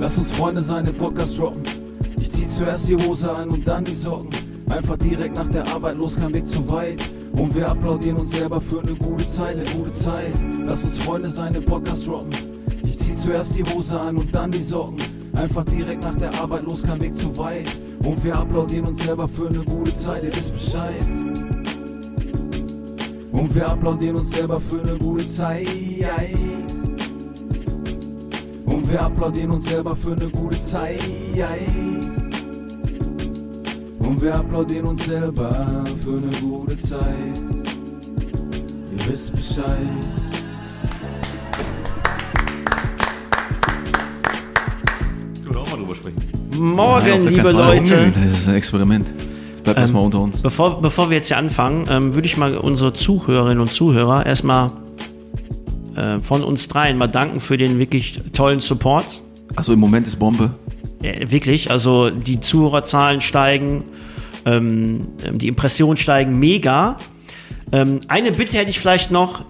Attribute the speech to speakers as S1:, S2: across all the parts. S1: Lass uns Freunde sein, den Podcast droppen. Ich zieh zuerst die Hose an und dann die Socken. Einfach direkt nach der Arbeit los, kein Weg zu weit. Und wir applaudieren uns selber für eine gute Zeit, eine gute Zeit. Lass uns Freunde sein, den Podcast droppen. Ich zieh zuerst die Hose an und dann die Socken. Einfach direkt nach der Arbeit los, kein Weg zu weit. Und wir applaudieren uns selber für eine gute Zeit, ihr wisst Bescheid. Und wir applaudieren uns selber für eine gute Zeit. Und wir applaudieren uns selber für eine gute Zeit. Und wir applaudieren uns selber für eine gute Zeit. Ihr wisst Bescheid.
S2: Können wir auch mal drüber sprechen.
S3: Morgen,
S4: Nein, auf
S3: liebe
S4: gar keinen Fall.
S3: Leute.
S4: Das ist ein Experiment. Bleibt erstmal unter uns.
S3: Bevor, bevor wir jetzt hier anfangen, ähm, würde ich mal unsere Zuhörerinnen und Zuhörer erstmal äh, von uns dreien mal danken für den wirklich tollen Support.
S4: Also im Moment ist Bombe.
S3: Äh, wirklich, also die Zuhörerzahlen steigen, ähm, ähm, die Impressionen steigen mega. Ähm, eine Bitte hätte ich vielleicht noch.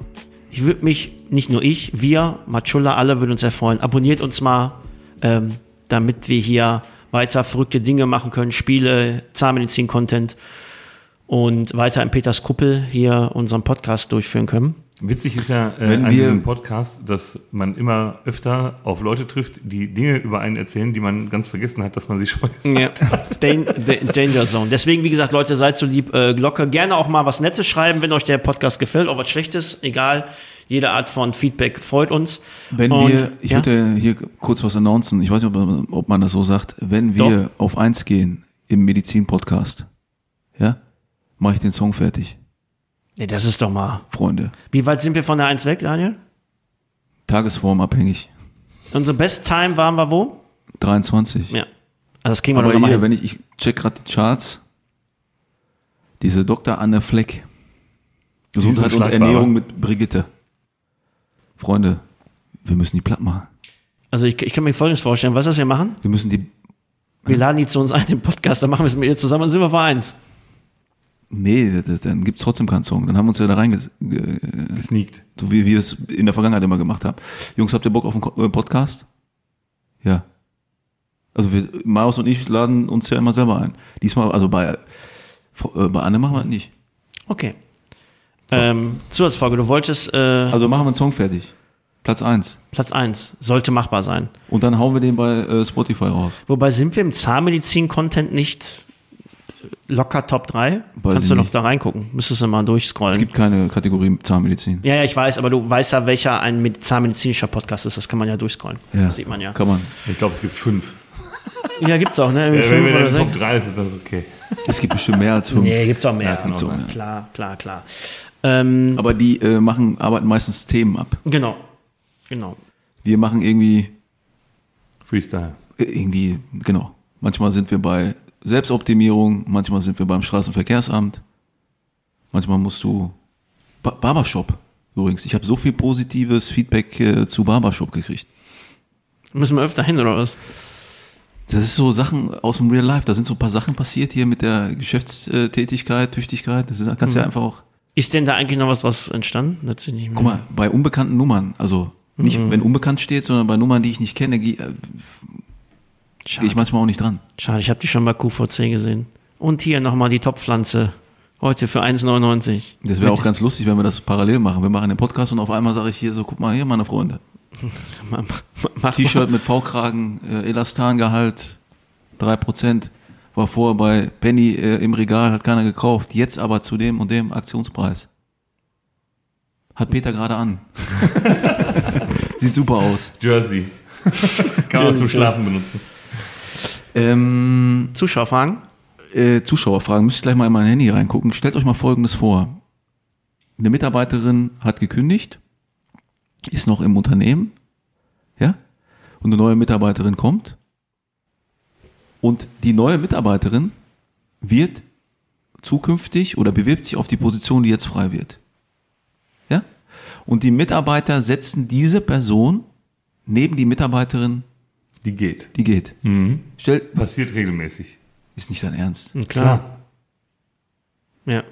S3: Ich würde mich, nicht nur ich, wir, Machulla, alle würden uns sehr freuen. Abonniert uns mal, ähm, damit wir hier weiter verrückte Dinge machen können. Spiele, Zahnmedizin-Content und weiter in Peters Kuppel hier unseren Podcast durchführen können.
S2: Witzig ist ja äh,
S4: Wenn
S2: an
S4: wir-
S2: diesem Podcast, dass man immer öfter auf Leute trifft, die Dinge über einen erzählen, die man ganz vergessen hat, dass man sie schon mal gesagt
S3: Ja. Dan- Da- Danger Zone. Deswegen, wie gesagt, Leute, seid so lieb, äh, Glocke. Gerne auch mal was Nettes schreiben, wenn euch der Podcast gefällt, auch was Schlechtes, egal. Jede Art von Feedback freut uns.
S4: Wenn
S3: Und-
S4: wir, ich
S3: ja?
S4: würde hier kurz was announcen, ich weiß nicht, ob man, ob man das so sagt, wenn wir auf eins gehen im Medizin-Podcast, ja, mache ich den Song fertig,
S3: Nee, das ist doch mal.
S4: Freunde.
S3: Wie weit sind wir von der 1 weg, Daniel?
S4: Tagesform abhängig.
S3: Unser Best Time waren wir wo?
S4: 23.
S3: Ja. Also das kriegen wir
S4: Aber
S3: doch noch
S4: hier,
S3: mal hin.
S4: wenn ich, ich check gerade die Charts, diese Dr. Anne Fleck, Gesundheit und
S2: unschlagbar,
S4: Ernährung mit Brigitte. Freunde, wir müssen die platt machen.
S3: Also ich, ich kann mir Folgendes vorstellen. Weißt du, was wir machen?
S4: Wir müssen die,
S3: Wir laden die zu uns ein, den Podcast, dann machen wir es mit ihr zusammen und sind wir bei 1.
S4: nee, das- das- dann gibt's trotzdem keinen Song. Dann haben wir uns ja da reinges,
S2: hat. Gesneakt.
S4: So wie wir es in der Vergangenheit immer gemacht haben. Jungs, habt ihr Bock auf einen Ko- äh, Podcast? Ja. Also wir, Marius und ich laden uns ja immer selber ein. Diesmal, also bei, äh, bei Anne machen wir es nicht.
S3: Okay. Ähm, Zusatzfrage, du wolltest äh,
S4: Also machen wir einen Song fertig. Platz eins
S3: Platz 1. Sollte machbar sein.
S4: Und dann hauen wir den bei äh, Spotify raus.
S3: Wobei sind wir im Zahnmedizin-Content nicht locker Top 3?
S4: Weiß
S3: Kannst
S4: ich
S3: du noch
S4: nicht.
S3: da reingucken? Müsstest du mal
S4: Es
S3: durchscrollen.
S4: gibt keine Kategorie Zahnmedizin.
S3: ja, ja, ich weiß, aber du weißt ja, welcher ein med- zahnmedizinischer Podcast ist. Das kann man ja durchscrollen. Das sieht man ja.
S4: Kann man.
S2: Ich glaube, es gibt fünf.
S3: Ja, gibt's auch, ne? Irgendwie
S2: Ja, wenn
S3: fünf
S2: wir
S3: oder
S2: dann Top
S3: sechs.
S2: 3 ist, ist das okay.
S4: Es gibt bestimmt mehr als fünf.
S3: Nee, genau. gibt's auch mehr.
S2: kann auch
S4: so,
S2: sein.
S4: ja.
S3: Klar, klar, klar. Ähm,
S4: Aber die äh, machen, arbeiten meistens Themen ab.
S3: genau. Genau.
S4: Wir machen irgendwie
S2: Freestyle.
S4: irgendwie, genau. Manchmal sind wir bei Selbstoptimierung, manchmal sind wir beim Straßenverkehrsamt, manchmal musst du ba Barbershop. Übrigens, ich habe so viel positives Feedback äh, zu Barbershop gekriegt.
S3: Müssen wir öfter hin, oder was?
S4: Das ist so Sachen aus dem Real Life. Da sind so ein paar Sachen passiert hier mit der Geschäftstätigkeit, Tüchtigkeit. Das ist, da kannst du ja einfach auch.
S3: Ist denn da eigentlich noch was draus entstanden? Letztendlich nicht mehr.
S4: Guck mal, bei unbekannten Nummern, also nicht wenn unbekannt steht, sondern bei Nummern, die ich nicht kenne, gehe äh, geh
S3: Schade.
S4: ich manchmal auch nicht dran.
S3: Schade, ich habe die schon bei QVC gesehen. Und hier nochmal die Topfpflanze. Heute für 1,99.
S4: Das wäre auch ganz lustig, wenn wir das parallel machen. Wir machen den Podcast und auf einmal sage ich hier so, guck mal hier, meine Freunde.
S3: Ma- ma- mach-
S4: T-Shirt mit V-Kragen, äh, Elastangehalt 3%. War vorher bei Penny äh, im Regal, hat keiner gekauft. Jetzt aber zu dem und dem Aktionspreis. Hat Peter gerade an. Sieht super aus.
S2: Jersey. Kann man zum Schlafen benutzen.
S4: Ähm,
S3: Zuschauerfragen?
S4: äh, Zuschauerfragen, müsst ihr gleich mal in mein Handy reingucken. Stellt euch mal Folgendes vor. Eine Mitarbeiterin hat gekündigt, ist noch im Unternehmen, ja, und eine neue Mitarbeiterin kommt. Und die neue Mitarbeiterin wird zukünftig oder bewirbt sich auf die Position, die jetzt frei wird. Ja? Und die Mitarbeiter setzen diese Person neben die Mitarbeiterin,
S2: Die geht. Mhm.
S4: die geht. Stellt,
S2: Passiert regelmäßig.
S4: ist nicht dein Ernst.
S3: Klar. Ja.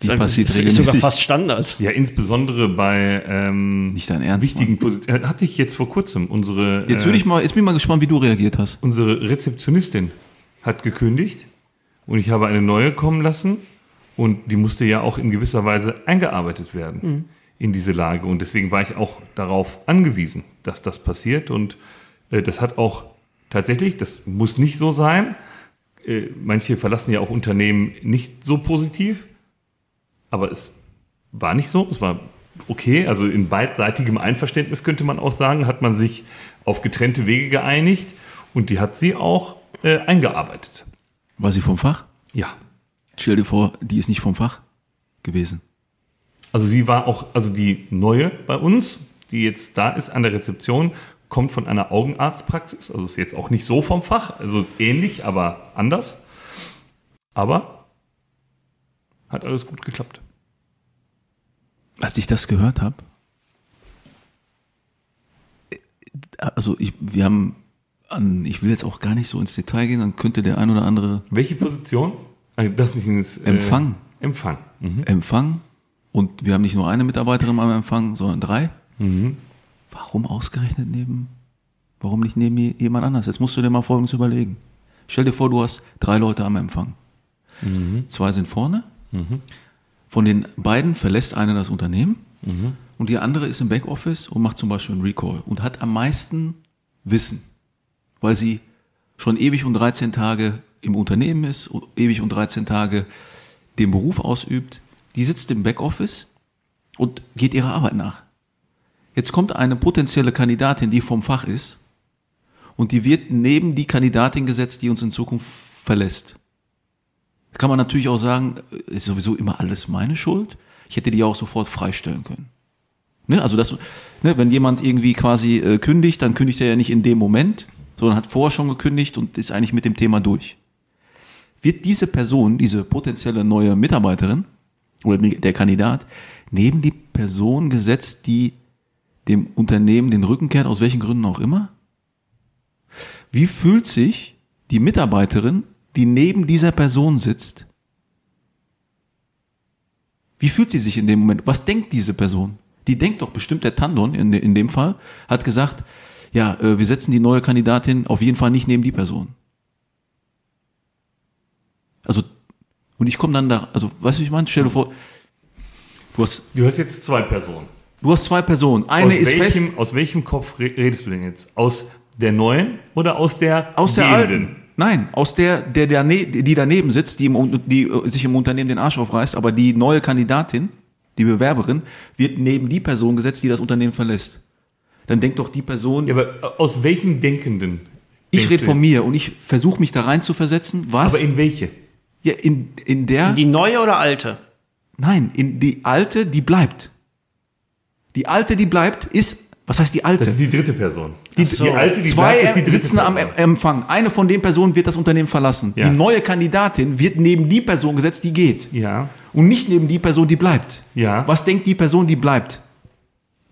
S4: Die passiert
S3: ist, ist sogar
S4: regelmäßig.
S3: fast Standard.
S2: Ja, insbesondere bei ähm,
S4: Nicht dein Ernst,
S2: wichtigen Positionen. Hatte ich jetzt vor kurzem unsere,
S4: Jetzt
S2: äh,
S4: würde ich mal, jetzt bin ich mal gespannt, wie du reagiert hast.
S2: unsere Rezeptionistin hat gekündigt und ich habe eine neue kommen lassen und die musste ja auch in gewisser Weise eingearbeitet werden in diese Lage und deswegen war ich auch darauf angewiesen, dass das passiert und äh, das hat auch tatsächlich, das muss nicht so sein. Äh, manche verlassen ja auch Unternehmen nicht so positiv, aber es war nicht so. Es war okay. Also in beidseitigem Einverständnis könnte man auch sagen, hat man sich auf getrennte Wege geeinigt und die hat sie auch äh, eingearbeitet.
S4: War sie vom Fach?
S2: Ja.
S4: Stell dir vor, die ist nicht vom Fach gewesen.
S2: Also sie war auch, also die neue bei uns, die jetzt da ist an der Rezeption, kommt von einer Augenarztpraxis. Also ist jetzt auch nicht so vom Fach, also ähnlich, aber anders. Aber hat alles gut geklappt.
S4: Als ich das gehört habe, also ich, wir haben, an, ich will jetzt auch gar nicht so ins Detail gehen, dann könnte der ein oder andere
S2: Welche Position? Äh, Das nicht ins äh,
S4: Empfang.
S2: Empfang. Mhm.
S4: Empfang und wir haben nicht nur eine Mitarbeiterin am Empfang, sondern drei. Warum ausgerechnet neben, warum nicht neben je- jemand anders? Jetzt musst du dir mal Folgendes überlegen. Stell dir vor, du hast drei Leute am Empfang. Zwei sind vorne. Von den beiden verlässt einer das Unternehmen und die andere ist im Backoffice und macht zum Beispiel einen Recall und hat am meisten Wissen, weil sie schon ewig und 13 Tage im Unternehmen ist, und ewig und 13 Tage den Beruf ausübt, die sitzt im Backoffice und geht ihrer Arbeit nach. Jetzt kommt eine potenzielle Kandidatin, die vom Fach ist, und die wird neben die Kandidatin gesetzt, die uns in Zukunft verlässt. Da kann man natürlich auch sagen, äh, ist sowieso immer alles meine Schuld. Ich hätte die auch sofort freistellen können. Ne? Also das, ne, wenn jemand irgendwie quasi äh, kündigt, dann kündigt er ja nicht in dem Moment, sondern hat vorher schon gekündigt und ist eigentlich mit dem Thema durch wird diese Person, diese potenzielle neue Mitarbeiterin oder der Kandidat, neben die Person gesetzt, die dem Unternehmen den Rücken kehrt, aus welchen Gründen auch immer? Wie fühlt sich die Mitarbeiterin, die neben dieser Person sitzt? Wie fühlt die sich in dem Moment? Was denkt diese Person? Die denkt doch bestimmt, der Tandon in, de- in dem Fall hat gesagt, ja, äh, wir setzen die neue Kandidatin auf jeden Fall nicht neben die Person. Also, und ich komme dann da, also, weißt du, wie ich meine? Stell dir vor, du hast,
S2: Du hast jetzt zwei Personen.
S4: du hast zwei Personen. Eine
S2: aus,
S4: ist
S2: welchem,
S4: fest
S2: aus welchem Kopf re- redest du denn jetzt? Aus der neuen oder aus der
S4: aus der
S2: gehenden?
S4: alten. Nein, aus der, der, dane, die daneben sitzt, die, im, Un- die äh, sich im Unternehmen den Arsch aufreißt, aber die neue Kandidatin, die Bewerberin, wird neben die Person gesetzt, die das Unternehmen verlässt. Dann denkt doch die Person,
S2: Ja, aber äh, aus welchem Denkenden?
S4: ich
S2: denkst
S4: rede
S2: du
S4: von
S2: jetzt?
S4: mir und ich versuche mich da rein zu versetzen, was
S2: Aber in welche?
S4: ja, in, in der,
S3: Die neue oder alte?
S4: nein, in die alte, die bleibt. Die alte, die bleibt, ist, was heißt die alte?
S2: Das ist die dritte Person.
S4: Die,
S2: so. Die alte, die
S4: zwei
S2: bleibt, ist die dritte
S4: sitzen am
S2: Person.
S4: Empfang. Eine von den Personen wird das Unternehmen verlassen.
S2: Ja.
S4: Die neue Kandidatin wird neben die Person gesetzt, die geht.
S2: Ja.
S4: Und nicht neben die Person, die bleibt.
S2: Ja.
S4: Was denkt die Person, die bleibt?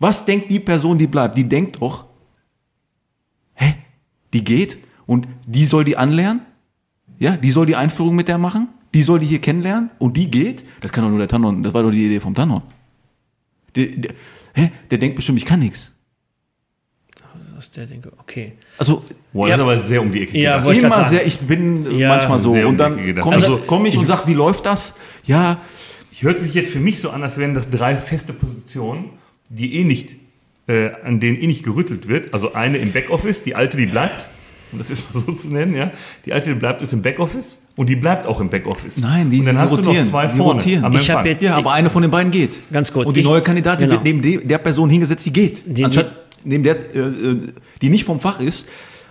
S4: Was denkt die Person, die bleibt? Die denkt doch, hä, die geht und die soll die anlernen? Ja, die soll die Einführung mit der machen? Die soll die hier kennenlernen? Und die geht? Das kann doch nur der Tannon, das war doch die Idee vom Tannon. Der, der, hä, der denkt bestimmt, ich kann nichts.
S3: Was der denke, okay.
S4: Also,
S2: Boah, das ist aber sehr um die Ecke
S3: Ja,
S2: gedacht.
S3: wollte ich
S4: immer
S3: grad sagen.
S4: sehr, ich bin äh,
S3: Ja.
S4: manchmal so.
S2: Sehr um
S4: Und
S2: die
S4: dann
S2: Ecke gedacht.
S4: komme
S2: Also,
S4: ich, komm ich und sag, wie läuft das? Ja,
S2: Ich hört sich jetzt für mich so an, als wären das drei feste Positionen, die eh nicht, äh, an denen eh nicht gerüttelt wird. Also eine im Backoffice, die alte, die bleibt. Und das ist mal so zu nennen, ja. Die alte, die bleibt, ist im Backoffice und die bleibt auch im Backoffice.
S4: Nein, die-
S2: und dann
S4: die
S2: hast du
S4: rotieren,
S2: noch zwei
S4: die
S2: vorne.
S4: rotieren.
S2: am
S3: Ich hab
S2: Empfang.
S3: jetzt-
S4: ja,
S3: Sie-
S4: aber eine von den beiden geht.
S3: Ganz kurz,
S4: Und die
S3: ich-
S4: neue Kandidatin
S3: genau.
S4: wird neben de, der Person hingesetzt, die geht.
S3: Die-
S4: anstatt neben der, äh, äh, die nicht vom Fach ist,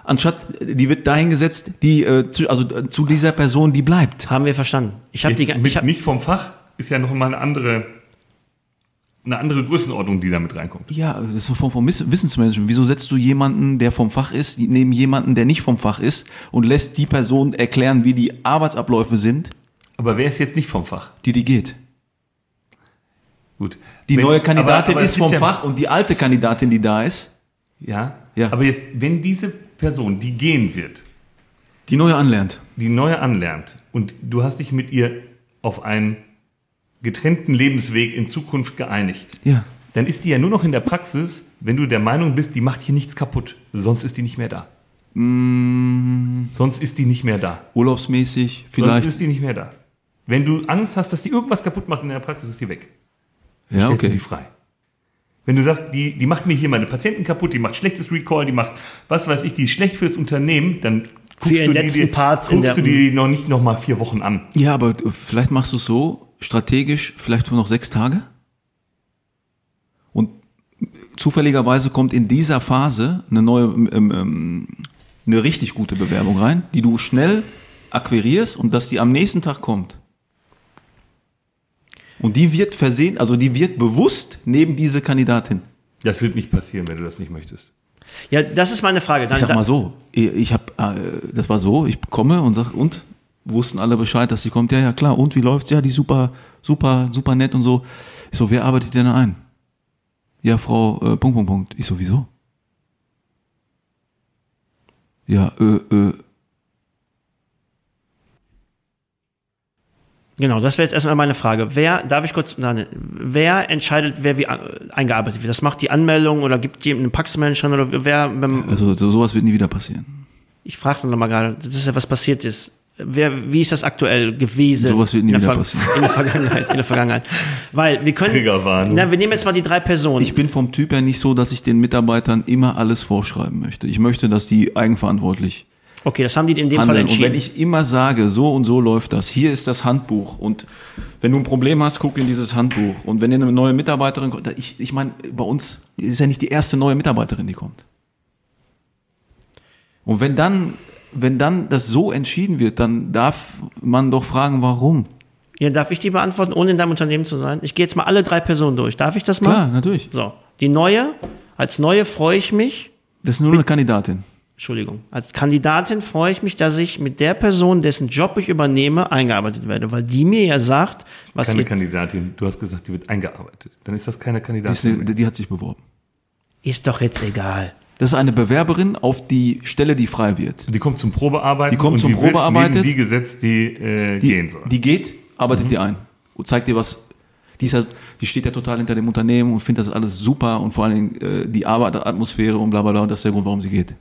S4: anstatt äh, die wird dahin gesetzt, die äh, zu, also äh, zu dieser Person, die bleibt.
S3: Haben wir verstanden. Ich habe die
S2: Jetzt
S3: ga-
S2: mit
S3: ich hab,
S2: nicht vom Fach ist ja nochmal eine andere, eine andere Größenordnung, die damit reinkommt.
S4: Ja, das ist eine Form von Wiss- Wissensmanagement. Wieso setzt du jemanden, der vom Fach ist, neben jemanden, der nicht vom Fach ist und lässt die Person erklären, wie die Arbeitsabläufe sind,
S2: Aber wer ist jetzt nicht vom Fach?
S4: die die geht?
S2: Gut.
S4: Die
S2: Wenn-
S4: neue Kandidatin
S2: aber- aber es
S4: ist vom
S2: sind ja-
S4: Fach und die alte Kandidatin, die da ist,
S2: Ja,
S4: Ja.
S2: Aber jetzt, wenn diese Person, die gehen wird,
S4: die neue anlernt.
S2: die neue anlernt und du hast dich mit ihr auf ein getrennten Lebensweg in Zukunft geeinigt.
S4: Ja.
S2: Dann ist die ja nur noch in der Praxis, wenn du der Meinung bist, die macht hier nichts kaputt. Sonst ist die nicht mehr da. Sonst ist die nicht mehr da.
S4: Urlaubsmäßig
S2: Sonst
S4: Mm. vielleicht.
S2: ist die nicht mehr da. Wenn du Angst hast, dass die irgendwas kaputt macht in der Praxis, ist die weg.
S4: ja,
S2: stellst du die
S4: okay.
S2: frei. Wenn du sagst, die, die macht mir hier meine Patienten kaputt, die macht schlechtes Recall, die macht was weiß ich, die ist schlecht fürs Unternehmen, dann guckst
S3: ihren
S2: du die,
S3: letzten
S2: dir-
S3: Part in
S2: guckst du
S3: der-
S2: die noch nicht noch mal vier Wochen an.
S4: Ja, aber du- vielleicht machst du es so, strategisch, vielleicht für noch sechs Tage. Und zufälligerweise kommt in dieser Phase eine neue, ähm, ähm, eine richtig gute Bewerbung rein, die du schnell akquirierst und dass die am nächsten Tag kommt. Und die wird versehen, also die wird bewusst neben diese Kandidatin.
S2: Das wird nicht passieren, wenn du das nicht möchtest.
S3: Ja, das ist meine Frage. Dann,
S4: Ich sag mal so, ich ich hab, äh, das war so, ich komme und sag, und? Wussten alle Bescheid, dass sie kommt, ja, ja, klar, und wie läuft's? Ja, die ist super, super, super nett und so. Ich so, wer arbeitet denn da ein? Ja, Frau, äh, Punkt, Punkt, Punkt. Ich so, wieso? Ja, äh, äh,
S3: Genau, das wäre jetzt erstmal meine Frage. Wer, darf ich kurz, nein, wer entscheidet, wer wie an- eingearbeitet wird? Das macht die Anmeldung oder gibt jemand einen Pax-Manager oder wer, wenn,
S4: also so- sowas wird nie wieder passieren.
S3: ich frage dann nochmal gerade, das ist ja was passiert ist. Wer, wie ist das aktuell gewesen?
S4: Sowas wird nie
S3: in der
S4: wieder
S3: Ver-
S4: passieren.
S3: In der Vergangenheit, in der Vergangenheit. Weil wir können,
S2: Triggerwarnung.
S3: na, wir nehmen jetzt mal die drei Personen.
S4: Ich bin vom Typ her nicht so, dass ich den Mitarbeitern immer alles vorschreiben möchte. Ich möchte, dass die eigenverantwortlich
S3: okay, das haben die in dem Fall
S4: handeln. Und
S3: entschieden.
S4: wenn ich immer sage, so und so läuft das, hier ist das Handbuch und wenn du ein Problem hast, guck in dieses Handbuch. Und wenn dir eine neue Mitarbeiterin kommt, ich, ich meine, bei uns ist ja nicht die erste neue Mitarbeiterin, die kommt. Und wenn dann, wenn dann das so entschieden wird, dann darf man doch fragen, warum.
S3: ja, darf ich die beantworten, ohne in deinem Unternehmen zu sein? Ich gehe jetzt mal alle drei Personen durch. Darf ich das mal?
S4: Klar, natürlich.
S3: So, die neue, als neue freue ich mich,
S4: Das ist nur eine Kandidatin.
S3: Entschuldigung, als Kandidatin freue ich mich, dass ich mit der Person, dessen Job ich übernehme, eingearbeitet werde, weil die mir ja sagt, was
S2: Keine
S3: ihr,
S2: Kandidatin, du hast gesagt, die wird eingearbeitet. Dann ist das keine
S4: Die, ist eine,
S2: Kandidatin. mehr.
S4: die hat sich beworben.
S3: ist doch jetzt egal.
S4: Das ist eine Bewerberin auf die Stelle, die frei wird.
S2: Die kommt zum Probearbeiten
S4: Die kommt
S2: und
S4: zum
S2: die wird
S4: Probearbeiten.
S2: neben die gesetzt, die, äh,
S4: Die,
S2: gehen soll.
S4: die geht,
S3: Mhm.
S4: arbeitet dir ein und zeigt dir was. Die, ist ja, die steht ja total hinter dem Unternehmen und findet das alles super und vor allen Dingen äh, die Arbeit, Atmosphäre und bla bla bla. Und das ist der Grund, warum sie geht.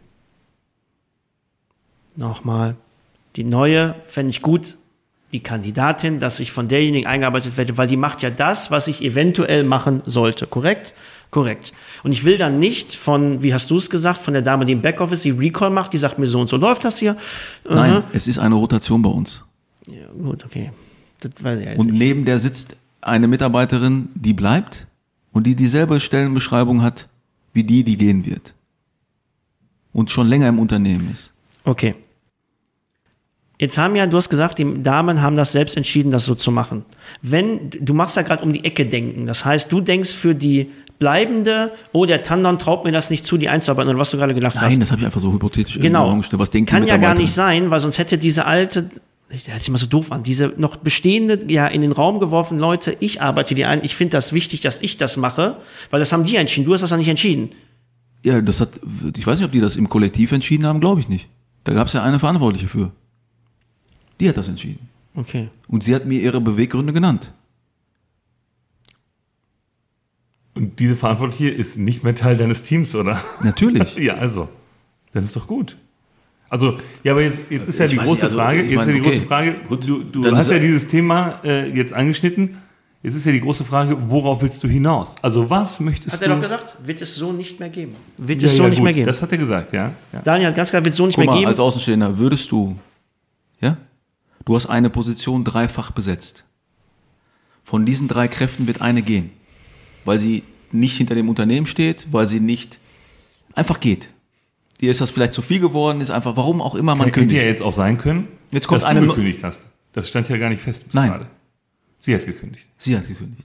S3: Nochmal, die neue fände ich gut, die Kandidatin, dass ich von derjenigen eingearbeitet werde, weil die macht ja das, was ich eventuell machen sollte, korrekt? Korrekt. Und ich will dann nicht von, wie hast du es gesagt, von der Dame, die im Backoffice die Recall macht, die sagt mir so und so läuft das hier.
S4: Nein, es ist eine Rotation bei uns.
S3: Mhm. Gut, okay. Das weiß ich jetzt
S4: Und
S3: nicht.
S4: neben der sitzt eine Mitarbeiterin, die bleibt und die dieselbe Stellenbeschreibung hat wie die, die gehen wird. Und schon länger im Unternehmen ist.
S3: Okay. Jetzt haben ja, du hast gesagt, die Damen haben das selbst entschieden, das so zu machen. Wenn, du machst ja gerade um die Ecke denken. Das heißt, du denkst für die bleibende, oh, der Tandon traut mir das nicht zu, die einzuarbeiten, oder was du gerade gedacht hast.
S4: Nein, das habe ich einfach so hypothetisch irgendwie in den
S3: genau.
S4: Raum gestellt. Was denkt die
S3: Kann ja gar
S4: Mitarbeiterin?
S3: nicht sein, weil sonst hätte diese alte, ich hätte immer so doof an, diese noch bestehende, ja, in den Raum geworfen, Leute, ich arbeite die ein, ich finde das wichtig, dass ich das mache, weil das haben die entschieden, du hast das ja nicht entschieden.
S4: Ja, das hat, ich weiß nicht, ob die das im Kollektiv entschieden haben, glaube ich nicht. Da gab es ja eine Verantwortliche für. Die hat das entschieden.
S3: Okay.
S4: Und sie hat mir ihre Beweggründe genannt.
S2: Und diese Verantwortliche ist nicht mehr Teil deines Teams, oder?
S4: Natürlich.
S2: Ja, also. Dann ist doch gut. Also, ja, aber jetzt, jetzt ist ja
S4: Ich
S2: die
S4: weiß
S2: große
S4: nicht, also,
S2: Frage,
S4: ich
S2: jetzt ist ja
S4: meine,
S2: die große
S4: okay.
S2: Frage, du, du
S4: dann
S2: hast
S4: ist-
S2: ja dieses Thema äh, jetzt angeschnitten. Jetzt ist ja die große Frage, worauf willst du hinaus? Also, was möchtest
S3: Hat
S2: du?
S3: er doch gesagt, wird es so nicht mehr geben. Wird
S2: ja,
S3: es so
S2: ja,
S3: nicht
S2: gut,
S3: mehr geben.
S2: Das hat er gesagt, ja. ja.
S3: Daniel hat ganz klar, wird es so nicht
S4: Guck
S3: mehr
S4: mal, also
S3: geben.
S4: als Außenstehender würdest du, ja, du hast eine Position dreifach besetzt. Von diesen drei Kräften wird eine gehen. Weil sie nicht hinter dem Unternehmen steht, weil sie nicht einfach geht. Dir ist das vielleicht zu viel geworden, ist einfach, warum auch immer man
S2: Man könnte ja
S4: kündigt.
S2: jetzt auch sein können,
S4: Jetzt kommt
S2: dass
S4: eine
S2: du
S4: neu-
S2: gekündigt hast. Das stand ja gar nicht fest bis
S4: Nein.
S2: gerade. Sie hat gekündigt.
S4: Sie hat gekündigt.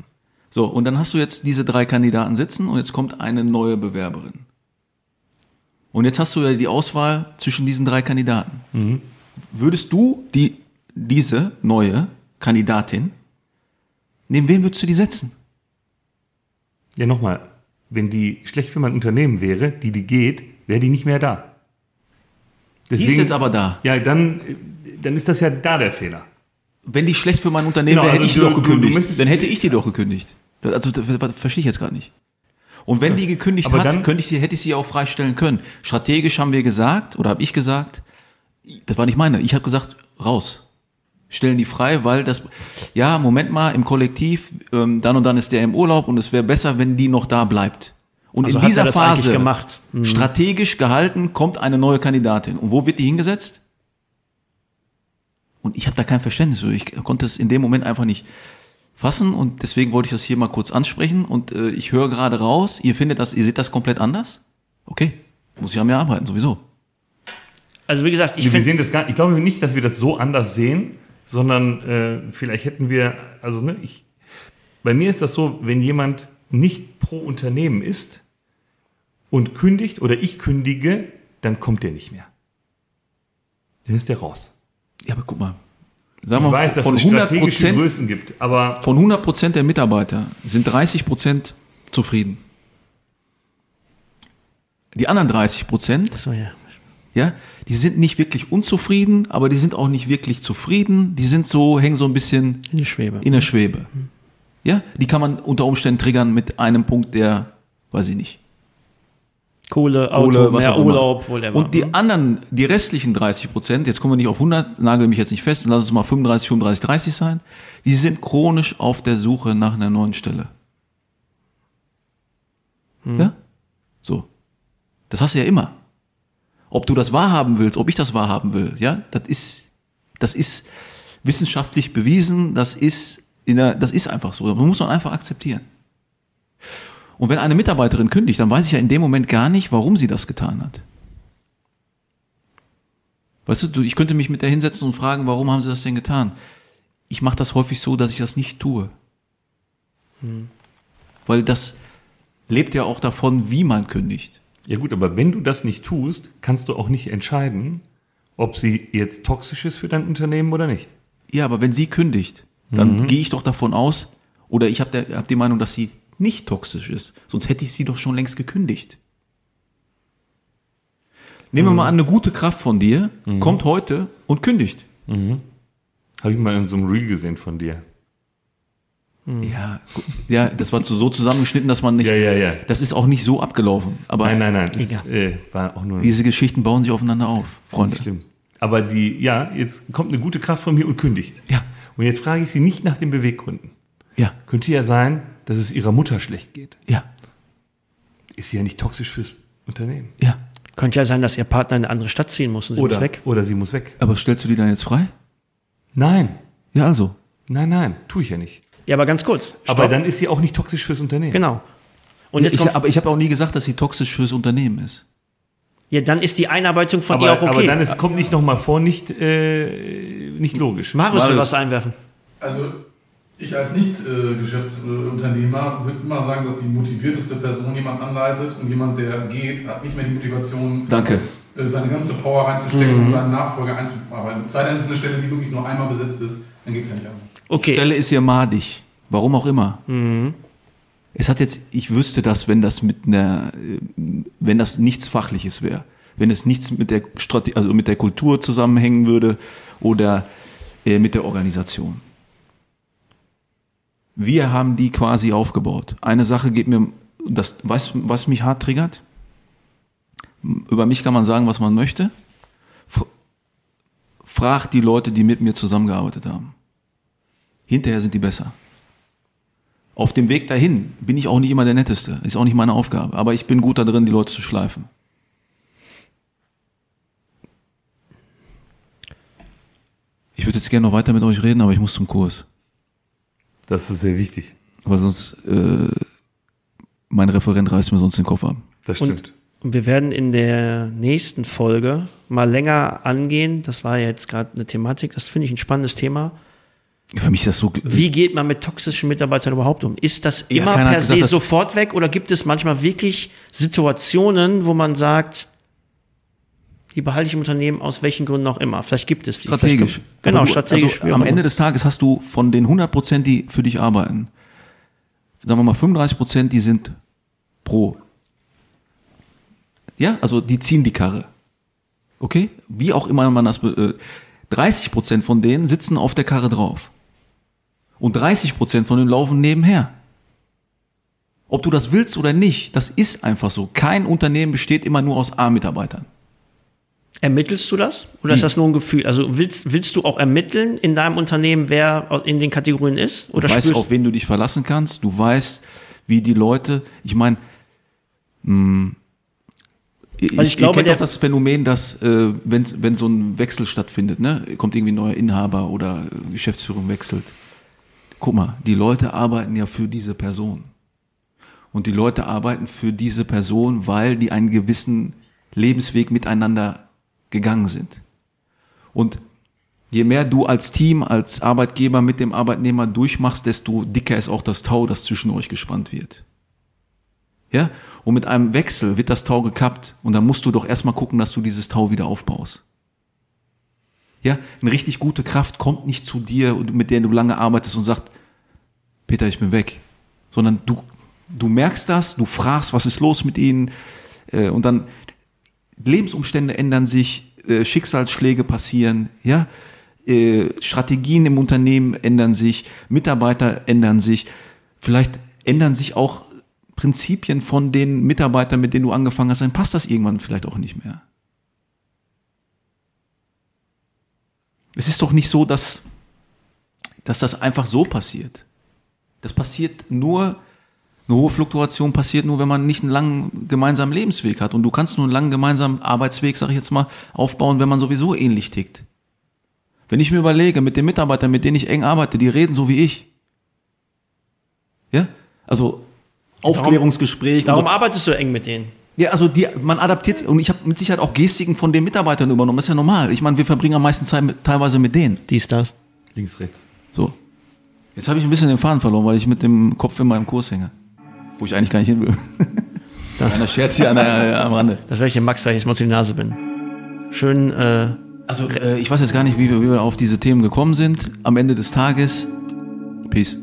S4: So, und dann hast du jetzt diese drei Kandidaten sitzen und jetzt kommt eine neue Bewerberin. Und jetzt hast du ja die Auswahl zwischen diesen drei Kandidaten. Würdest du die, diese neue Kandidatin, neben wem würdest du die setzen?
S2: Ja, nochmal, wenn die schlecht für mein Unternehmen wäre, die die geht, wäre die nicht mehr da.
S4: Die ist jetzt aber da.
S2: Ja, dann, äh, dann ist das ja da der Fehler.
S4: wenn die schlecht für mein Unternehmen
S2: Genau,
S4: wäre, hätte
S2: also
S4: ich die
S2: du-
S4: doch
S2: du- du
S4: gekündigt.
S2: möchtest-
S4: Dann hätte ich die doch gekündigt. Das- Also das, das verstehe ich jetzt gerade nicht. Und wenn die gekündigt
S2: Aber
S4: hat,
S2: dann-
S4: könnte ich sie, hätte ich sie auch freistellen können. Strategisch haben wir gesagt, oder habe ich gesagt, das war nicht meine, ich habe gesagt, raus. Stellen die frei, weil das, ja, Moment mal, im Kollektiv, ähm, dann und dann ist der im Urlaub und es wäre besser, wenn die noch da bleibt. Und
S3: Also
S4: in
S3: hat er
S4: dieser
S3: das eigentlich
S4: Phase,
S3: gemacht? Mhm.
S4: strategisch gehalten, kommt eine neue Kandidatin. Und wo wird die hingesetzt? Und ich habe da kein Verständnis für. Ich konnte es in dem Moment einfach nicht fassen und deswegen wollte ich das hier mal kurz ansprechen. Und äh, ich höre gerade raus, ihr findet das, ihr seht das komplett anders. Okay, muss ich an mir arbeiten, sowieso.
S3: Also wie gesagt, ich
S2: wir
S3: finde,
S2: sehen das gar, ich glaube nicht, dass wir das so anders sehen, sondern äh, vielleicht hätten wir, also ne, ich, bei mir ist das so, wenn jemand nicht pro Unternehmen ist und kündigt oder ich kündige, dann kommt der nicht mehr. Dann ist der raus.
S4: Ja, aber guck mal. Sagen
S2: Ich
S4: wir
S2: weiß, dass
S4: von
S2: es
S4: 100
S2: strategische
S4: Prozent,
S2: Größen gibt, aber
S4: von 100 Prozent der Mitarbeiter sind 30 Prozent zufrieden. Die anderen 30 Prozent
S3: so, ja.
S4: Ja, die sind nicht wirklich unzufrieden, aber die sind auch nicht wirklich zufrieden. Die sind so, hängen so ein bisschen
S3: in die Schwebe.
S4: in der Schwebe. Ja, die kann man unter Umständen triggern mit einem Punkt, der, weiß ich nicht,
S3: Kohle, Auto,
S4: Kohle, was
S3: mehr
S4: auch immer.
S3: Urlaub, whatever.
S4: Und die anderen, die restlichen 30 Prozent, jetzt kommen wir nicht auf 100, nagel mich jetzt nicht fest, lass es mal 35, 35, 30 sein, die sind chronisch auf der Suche nach einer neuen Stelle.
S3: Hm.
S4: Ja? So. Das hast du ja immer. Ob du das wahrhaben willst, ob ich das wahrhaben will, ja, das ist, das ist wissenschaftlich bewiesen, das ist in der, das ist einfach so. Das muss man einfach akzeptieren. Und wenn eine Mitarbeiterin kündigt, dann weiß ich ja in dem Moment gar nicht, warum sie das getan hat. Weißt du, du, ich könnte mich mit der hinsetzen und fragen, warum haben sie das denn getan? Ich mache das häufig so, dass ich das nicht tue. Weil das lebt ja auch davon, wie man kündigt.
S2: Ja gut, aber wenn du das nicht tust, kannst du auch nicht entscheiden, ob sie jetzt toxisch ist für dein Unternehmen oder nicht.
S4: Ja, aber wenn sie kündigt,
S2: Mhm.
S4: dann gehe ich doch davon aus, oder ich habe hab die Meinung, dass sie nicht toxisch ist. Sonst hätte ich sie doch schon längst gekündigt. Nehmen
S2: Mhm.
S4: wir mal an, eine gute Kraft von dir kommt heute und kündigt.
S2: Habe ich mal in so einem Reel gesehen von dir.
S4: Ja, gu- ja, das war zu, so zusammengeschnitten, dass man nicht.
S2: Mhm. Ja, ja, ja.
S4: Das ist auch nicht so abgelaufen. Aber
S2: Nein, nein, nein. Das,
S3: Egal.
S2: äh, war auch nur
S4: diese Geschichten bauen sich aufeinander auf, Freunde.
S2: Stimmt. Aber die, ja, jetzt kommt eine gute Kraft von mir und kündigt.
S4: Ja.
S2: Und jetzt frage ich sie nicht nach den Beweggründen.
S4: Ja,
S2: Könnte ja sein, dass es ihrer Mutter schlecht geht.
S4: ja,
S2: Ist sie ja nicht toxisch fürs Unternehmen.
S4: ja.
S3: Könnte ja sein, dass ihr Partner in eine andere Stadt ziehen muss und sie muss
S2: Oder,
S3: weg.
S2: oder sie muss weg.
S4: Aber stellst du die dann jetzt frei?
S2: Nein,
S4: Ja, also.
S2: nein, nein, tue ich ja nicht.
S3: Ja, aber ganz kurz.
S2: Aber
S3: Stopp.
S2: dann ist sie auch nicht toxisch fürs Unternehmen.
S3: Genau. Und jetzt
S4: ich,
S3: kommt,
S4: aber ich habe auch nie gesagt, dass sie toxisch fürs Unternehmen ist.
S3: ja, dann ist die Einarbeitung von ihr
S2: Aber,
S3: auch okay.
S2: aber dann ist, kommt nicht nochmal vor, nicht, äh, nicht logisch.
S3: Marius will
S4: Marius.
S3: was einwerfen.
S5: Also ich als Nicht-Geschäftsunternehmer würde immer sagen, dass die motivierteste Person jemand anleitet und jemand, der geht, hat nicht mehr die Motivation,
S4: Danke.
S5: äh, seine ganze Power reinzustecken und seinen Nachfolger einzuarbeiten. Es Sei denn, es ist eine Stelle, die wirklich nur einmal besetzt ist, dann geht es ja nicht anders.
S4: Die
S3: Okay.
S4: Stelle ist ihr madig. Warum auch immer. Es hat jetzt, ich wüsste das, wenn das mit einer, äh, wenn das nichts Fachliches wäre. Wenn es nichts mit der Strate also mit der Kultur zusammenhängen würde oder äh, mit der Organisation. Wir haben die quasi aufgebaut. Eine Sache geht mir, das, weißt, du, was mich hart triggert? Über mich kann man sagen, was man möchte. F frag die Leute, die mit mir zusammengearbeitet haben. Hinterher sind die besser. Auf dem Weg dahin bin ich auch nicht immer der Netteste. Ist auch nicht meine Aufgabe. Aber ich bin gut da drin, die Leute zu schleifen. Ich würde jetzt gerne noch weiter mit euch reden, aber ich muss zum Kurs.
S2: Das ist sehr wichtig.
S4: Weil sonst, äh, mein Referent reißt mir sonst den Kopf ab.
S2: Das stimmt.
S3: Und wir werden in der nächsten Folge mal länger angehen. Das war ja jetzt gerade eine Thematik. Das finde ich ein spannendes Thema.
S4: Für mich ist das so,
S3: Wie geht man mit toxischen Mitarbeitern überhaupt um? Ist das
S4: Ja,
S3: immer
S4: keiner hat
S3: per
S4: gesagt,
S3: se
S4: dass-
S3: sofort weg oder gibt es manchmal wirklich Situationen, wo man sagt, die behalte ich im Unternehmen aus welchen Gründen auch immer? Vielleicht gibt es die. Vielleicht
S4: strategisch.
S3: Gibt, genau,
S4: Aber du-
S3: strategisch. wie
S4: Also
S3: auch
S4: am
S3: immer.
S4: Ende des Tages hast du von den 100 Prozent, die für dich arbeiten, sagen wir mal 35 Prozent, die sind pro. Ja, also die ziehen die Karre. Okay? Wie auch immer man das. be- äh, 30 Prozent von denen sitzen auf der Karre drauf. Und 30 Prozent von denen laufen nebenher. Ob du das willst oder nicht, das ist einfach so. Kein Unternehmen besteht immer nur aus A-Mitarbeitern.
S3: Ermittelst du das? Oder ist das nur ein Gefühl? Also willst, willst du auch ermitteln in deinem Unternehmen, wer in den Kategorien ist? Oder
S4: Du weißt,
S3: spürst-
S4: auf wen du dich verlassen kannst. Du weißt, wie die Leute. Ich meine, mh,
S3: ich
S4: ich, ich,
S3: glaube,
S4: glaube,
S3: der-
S4: doch das Phänomen, dass äh, wenn, wenn so ein Wechsel stattfindet, ne, kommt irgendwie ein neuer Inhaber oder äh, Geschäftsführung wechselt. Guck mal, die Leute arbeiten ja für diese Person. Und die Leute arbeiten für diese Person, weil die einen gewissen Lebensweg miteinander gegangen sind. Und je mehr du als Team, als Arbeitgeber mit dem Arbeitnehmer durchmachst, desto dicker ist auch das Tau, das zwischen euch gespannt wird. Ja? Und mit einem Wechsel wird das Tau gekappt und dann musst du doch erstmal gucken, dass du dieses Tau wieder aufbaust. Ja? Eine richtig gute Kraft kommt nicht zu dir, und mit der du lange arbeitest und sagt, Peter, ich bin weg. Sondern du, du merkst das, du fragst, was ist los mit ihnen, äh, und dann Lebensumstände ändern sich, äh, Schicksalsschläge passieren, ja, äh, Strategien im Unternehmen ändern sich, Mitarbeiter ändern sich, vielleicht ändern sich auch Prinzipien von den Mitarbeitern, mit denen du angefangen hast, dann passt das irgendwann vielleicht auch nicht mehr. Es ist doch nicht so, dass, dass das einfach so passiert. Das passiert nur, eine hohe Fluktuation passiert nur, wenn man nicht einen langen gemeinsamen Lebensweg hat. Und du kannst nur einen langen gemeinsamen Arbeitsweg, sage ich jetzt mal, aufbauen, wenn man sowieso ähnlich tickt. Wenn ich mir überlege, mit den Mitarbeitern, mit denen ich eng arbeite, die reden so wie ich. Ja? Also Aufklärungsgespräch. und
S3: Darum
S4: so.
S3: arbeitest du eng mit denen.
S4: Ja, also die, man adaptiert, und ich habe mit Sicherheit auch Gestiken von den Mitarbeitern übernommen. Das ist ja normal. Ich meine, wir verbringen am meisten Zeit mit, teilweise mit denen.
S3: Dies, das.
S2: Links, rechts.
S4: So. Jetzt habe ich ein bisschen den Faden verloren, weil ich mit dem Kopf in meinem Kurs hänge. Wo ich eigentlich gar nicht hin will. Einer Scherz hier an der, äh, am Rande.
S3: Das werde ich dem Max gleich jetzt mal unter die Nase binden. Schön, äh,
S4: Also, äh, ich weiß jetzt gar nicht, wie wir, wie wir auf diese Themen gekommen sind. Am Ende des Tages. Peace.